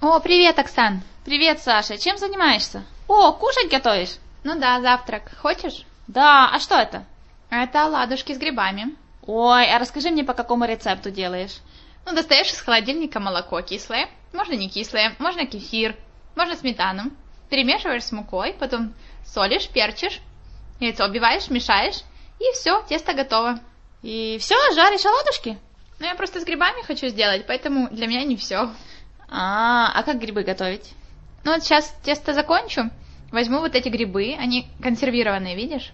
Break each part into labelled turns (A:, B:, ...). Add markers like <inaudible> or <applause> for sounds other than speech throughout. A: О, привет, Оксан.
B: Привет, Саша. Чем занимаешься? О, кушать готовишь?
A: Ну да, завтрак. Хочешь?
B: Да, а что это?
A: Это оладушки с грибами.
B: Ой, а расскажи мне, по какому рецепту делаешь?
A: Ну, достаешь из холодильника молоко кислое, можно не кислое, можно кефир, можно сметану. Перемешиваешь с мукой, потом солишь, перчишь, яйцо убиваешь, мешаешь, и все, тесто готово.
B: И все, жаришь оладушки?
A: Ну, я просто с грибами хочу сделать, поэтому для меня не все.
B: А, а как грибы готовить?
A: Ну, вот сейчас тесто закончу, возьму вот эти грибы, они консервированные, видишь?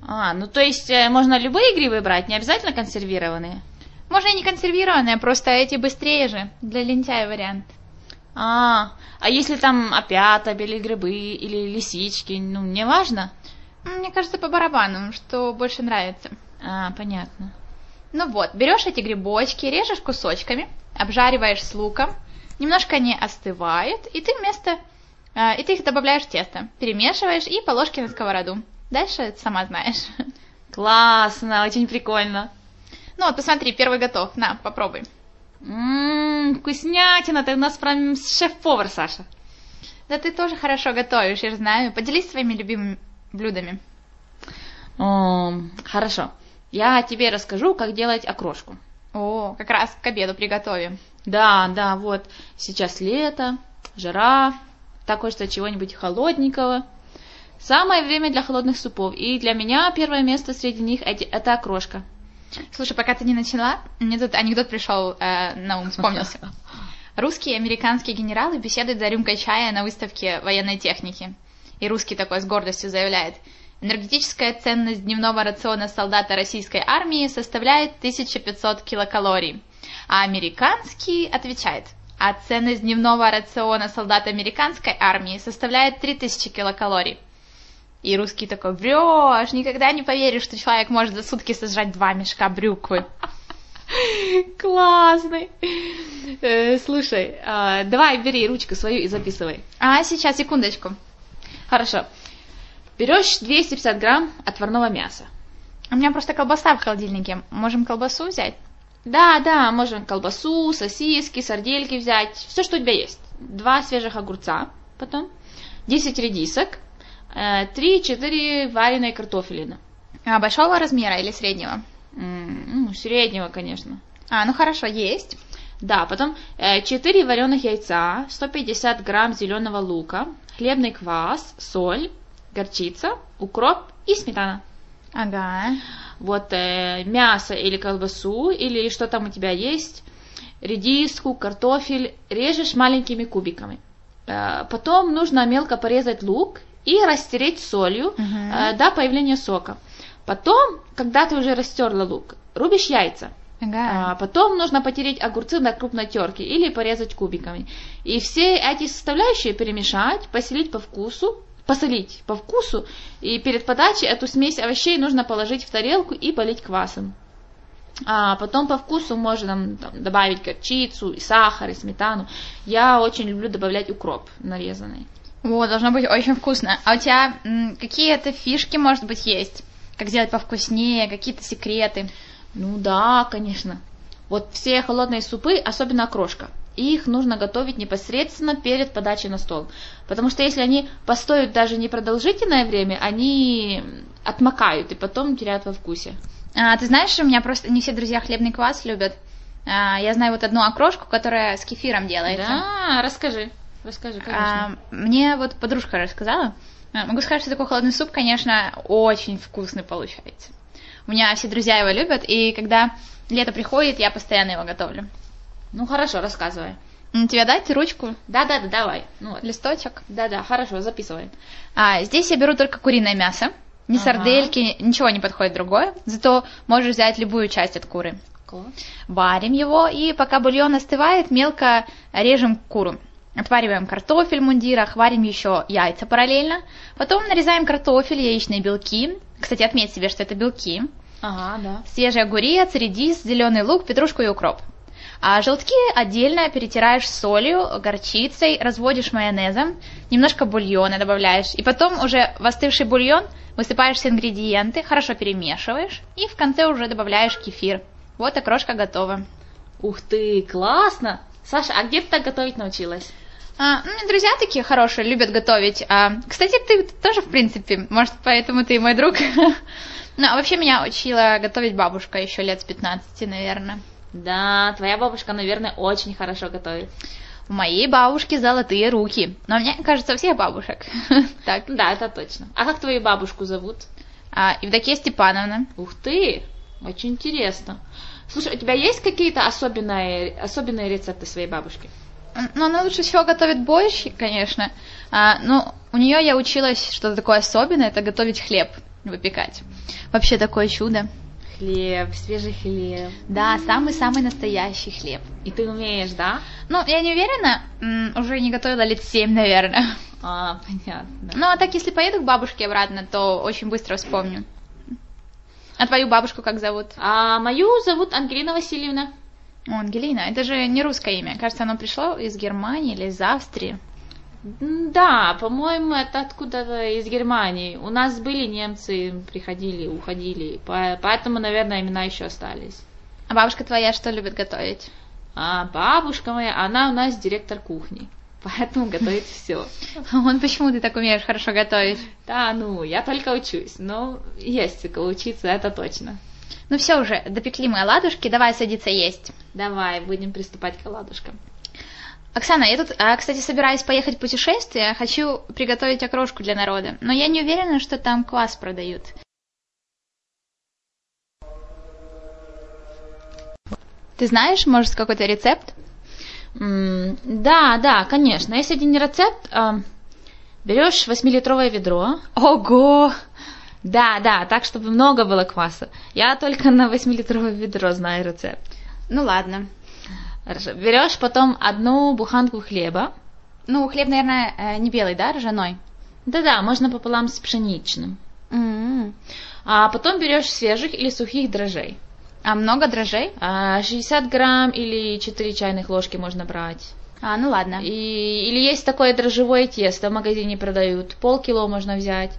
B: А, ну то есть э, можно любые грибы брать, не обязательно консервированные.
A: Можно и не консервированные, а просто эти быстрее же, для лентяя вариант.
B: А, а если там опята, или грибы, или лисички, ну не важно?
A: Мне кажется, по барабану, что больше нравится.
B: А, понятно.
A: Ну вот, берешь эти грибочки, режешь кусочками, обжариваешь с луком, немножко они остывают, и ты вместо... э, И ты их добавляешь в тесто, перемешиваешь и по ложке на сковороду. Дальше сама знаешь. <laughs>
B: Классно, очень прикольно.
A: Ну вот, посмотри, первый готов. На, попробуй.
B: Ммм, вкуснятина, ты у нас прям шеф-повар, Саша.
A: Да ты тоже хорошо готовишь, я же знаю. Поделись своими любимыми блюдами.
B: Ом, хорошо, я тебе расскажу, как делать окрошку.
A: О, как раз к обеду приготовим.
B: Да, да, вот, сейчас лето, жара, так хочется чего-нибудь холодненького. Самое время для холодных супов, и для меня первое место среди них эти- это окрошка.
A: Слушай, пока ты не начала, мне тут анекдот пришел э, на ум, <laughs> вспомнился. Русские и американские генералы беседуют за рюмкой чая на выставке военной техники. И русский такой с гордостью заявляет, энергетическая ценность дневного рациона солдата российской армии составляет 1500 килокалорий. А американский отвечает, а ценность дневного рациона солдат американской армии составляет 3000 килокалорий. И русский такой, врешь, никогда не поверишь, что человек может за сутки сожрать два мешка брюквы.
B: Классный. Э, слушай, а, давай бери ручку свою и записывай.
A: А сейчас, секундочку.
B: Хорошо. Берешь 250 грамм отварного мяса.
A: У меня просто колбаса в холодильнике. Можем колбасу взять?
B: Да, да, можем колбасу, сосиски, сардельки взять, все, что у тебя есть. Два свежих огурца, потом 10 редисок, 3-4 вареной картофелины.
A: А большого размера или среднего?
B: М, Ну, среднего, конечно.
A: А, ну хорошо, есть.
B: Да, потом 4 вареных яйца, 150 грамм зеленого лука, хлебный квас, соль, горчица, укроп и сметана.
A: Ага.
B: Вот э, мясо или колбасу, или что там у тебя есть, редиску, картофель, режешь маленькими кубиками. Э, потом нужно мелко порезать лук и растереть солью
A: Мгм.
B: э, до появления сока. Потом, когда ты уже растерла лук, рубишь яйца. А
A: Ага.
B: потом нужно потереть огурцы на крупной терке или порезать кубиками. И все эти составляющие перемешать, поселить по вкусу, посолить по вкусу, и перед подачей эту смесь овощей нужно положить в тарелку и полить квасом. А потом по вкусу можно м, там, добавить горчицу, и сахар, и сметану. Я очень люблю добавлять укроп нарезанный.
A: О, должно быть очень вкусно. А у тебя м, какие-то фишки, может быть, есть? Как сделать повкуснее, какие-то секреты?
B: Ну да, конечно. Вот все холодные супы, особенно окрошка, их нужно готовить непосредственно перед подачей на стол. Потому что если они постоят даже непродолжительное время, они отмокают и потом теряют во вкусе.
A: А, ты знаешь, у меня просто не все друзья хлебный квас любят. А, я знаю вот одну окрошку, которая с кефиром делается.
B: Да, расскажи. Расскажи,
A: А,
B: конечно.
A: мне вот подружка рассказала. А, Могу сказать, что такой холодный суп, конечно, очень вкусный получается. У меня все друзья его любят, и когда лето приходит, я постоянно его готовлю.
B: Ну хорошо, рассказывай.
A: М, Тебе дать ручку,
B: Да-да-да, давай. Ну вот.
A: листочек?
B: Да-да, хорошо, записывай.
A: А, здесь я беру только куриное мясо. Ни
B: Ага.
A: сардельки, ничего не подходит другое. Зато можешь взять любую часть от куры. Варим его, и пока бульон остывает, мелко режем куру. Отвариваем картофель в мундирах, варим еще яйца параллельно. Потом нарезаем картофель, яичные белки. Кстати, отметь себе, что это белки.
B: Ага, да.
A: Свежий огурец, редис, зеленый лук, петрушку и укроп. А желтки отдельно перетираешь с солью, горчицей, разводишь майонезом, немножко бульона добавляешь, и потом уже в остывший бульон высыпаешь все ингредиенты, хорошо перемешиваешь, и в конце уже добавляешь кефир. Вот окрошка готова.
B: Ух ты, классно! Саша, а где ты так готовить научилась?
A: А, ну, у меня друзья такие хорошие, любят готовить. А, кстати, ты тоже, в принципе, может, поэтому ты и мой друг. <laughs> Ну, а вообще меня учила готовить бабушка еще лет с 15, наверное.
B: Да, твоя бабушка, наверное, очень хорошо готовит.
A: У моей бабушки золотые руки. Но мне кажется, у всех бабушек. <laughs> Так.
B: Ну Да, это точно. А как твою бабушку зовут?
A: А, Евдокия Степановна.
B: Ух ты, очень интересно. Слушай, у тебя есть какие-то особенные, особенные рецепты своей бабушки?
A: Ну, она лучше всего готовит борщ, конечно. А, но у нее я училась, что такое особенное, это готовить хлеб, выпекать. Вообще такое чудо.
B: Хлеб, свежий хлеб.
A: Да, самый-самый настоящий хлеб.
B: И ты умеешь, да?
A: Ну, я не уверена, м, уже не готовила лет семь, наверное.
B: А, понятно.
A: Ну, а так, если поеду к бабушке обратно, то очень быстро вспомню. А твою бабушку как зовут?
B: А мою зовут Ангелина Васильевна.
A: О, Ангелина, это же не русское имя. Кажется, оно пришло из Германии или из Австрии.
B: М, Да, по-моему, это откуда-то из Германии. У нас были немцы, приходили, уходили. По- Поэтому, наверное, имена еще остались.
A: А бабушка твоя что любит готовить? <laughs>
B: А бабушка моя, она у нас директор кухни. Поэтому готовит все.
A: Он почему ты так умеешь хорошо готовить?
B: Да, ну, я только учусь, но есть у кого учиться, это точно.
A: Ну все уже, допекли мы оладушки, давай садиться есть.
B: Давай, будем приступать к оладушкам.
A: Оксана, я тут, а, кстати, собираюсь поехать в путешествие, хочу приготовить окрошку для народа, но я не уверена, что там квас продают. Ты знаешь, может, какой-то рецепт?
B: М, Да, да, конечно. Есть один рецепт. а, Берешь 8-литровое ведро.
A: Ого!
B: Да, да, так, чтобы много было кваса. Я только на 8-литровое ведро знаю рецепт.
A: Ну ладно.
B: Хорошо. Берешь потом одну буханку хлеба.
A: Ну, хлеб, наверное, э, не белый, да, ржаной?
B: Да-да, можно пополам с пшеничным.
A: М.
B: А потом берешь свежих или сухих дрожжей.
A: А много дрожжей?
B: А, 60 грамм или 4 чайных ложки можно брать.
A: А, ну ладно.
B: И- или есть такое дрожжевое тесто, в магазине продают, полкило можно взять,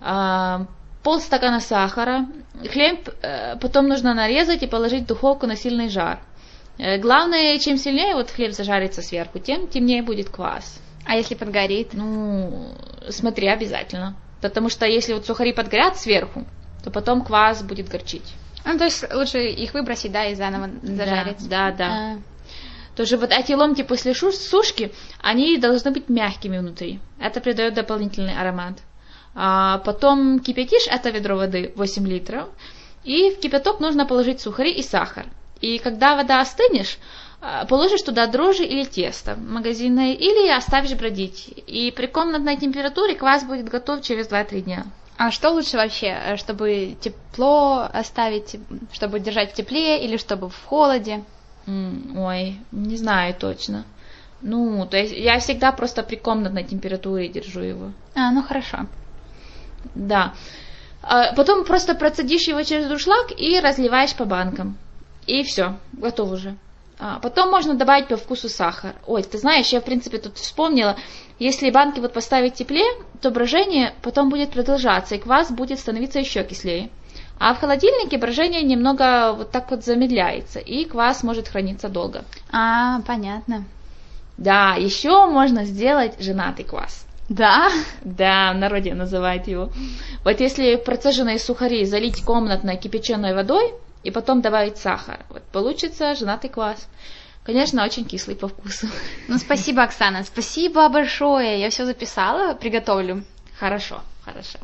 B: а, полстакана сахара, хлеб э, потом нужно нарезать и положить в духовку на сильный жар. Э, Главное, чем сильнее вот хлеб зажарится сверху, тем темнее будет квас.
A: А если подгорит?
B: Ну, смотри обязательно, потому что если вот сухари подгорят сверху, то потом квас будет горчить.
A: Ну, то есть лучше их выбросить, да, и заново зажарить.
B: Да, да. да. Тоже вот эти ломти после шу- сушки, они должны быть мягкими внутри. Это придает дополнительный аромат. А потом кипятишь это ведро воды 8 литров, и в кипяток нужно положить сухари и сахар. И когда вода остынешь, а, положишь туда дрожжи или тесто магазинное, или оставишь бродить. И при комнатной температуре квас будет готов через 2-3 дня.
A: А что лучше вообще, э, чтобы тепло оставить, м, чтобы держать в тепле или чтобы в холоде?
B: М, Ой, не знаю точно. Ну, то есть я всегда просто при комнатной температуре держу его.
A: А, ну хорошо.
B: Да. А Потом просто процедишь его через дуршлаг и разливаешь по банкам. И все, готов уже. А Потом можно добавить по вкусу сахар. Ой, ты знаешь, я в принципе тут вспомнила, если банки вот поставить в тепле, то брожение потом будет продолжаться, и квас будет становиться еще кислее. А в холодильнике брожение немного вот так вот замедляется, и квас может храниться долго.
A: А, понятно.
B: Да, еще можно сделать женатый квас.
A: Да?
B: Да, в народе называют его. Вот если процеженные сухари залить комнатной кипяченой водой и потом добавить сахар, вот получится женатый квас. Конечно, очень кислый по вкусу. <laughs>
A: Ну спасибо, Оксана, спасибо большое. Я все записала, приготовлю.
B: Хорошо, хорошо.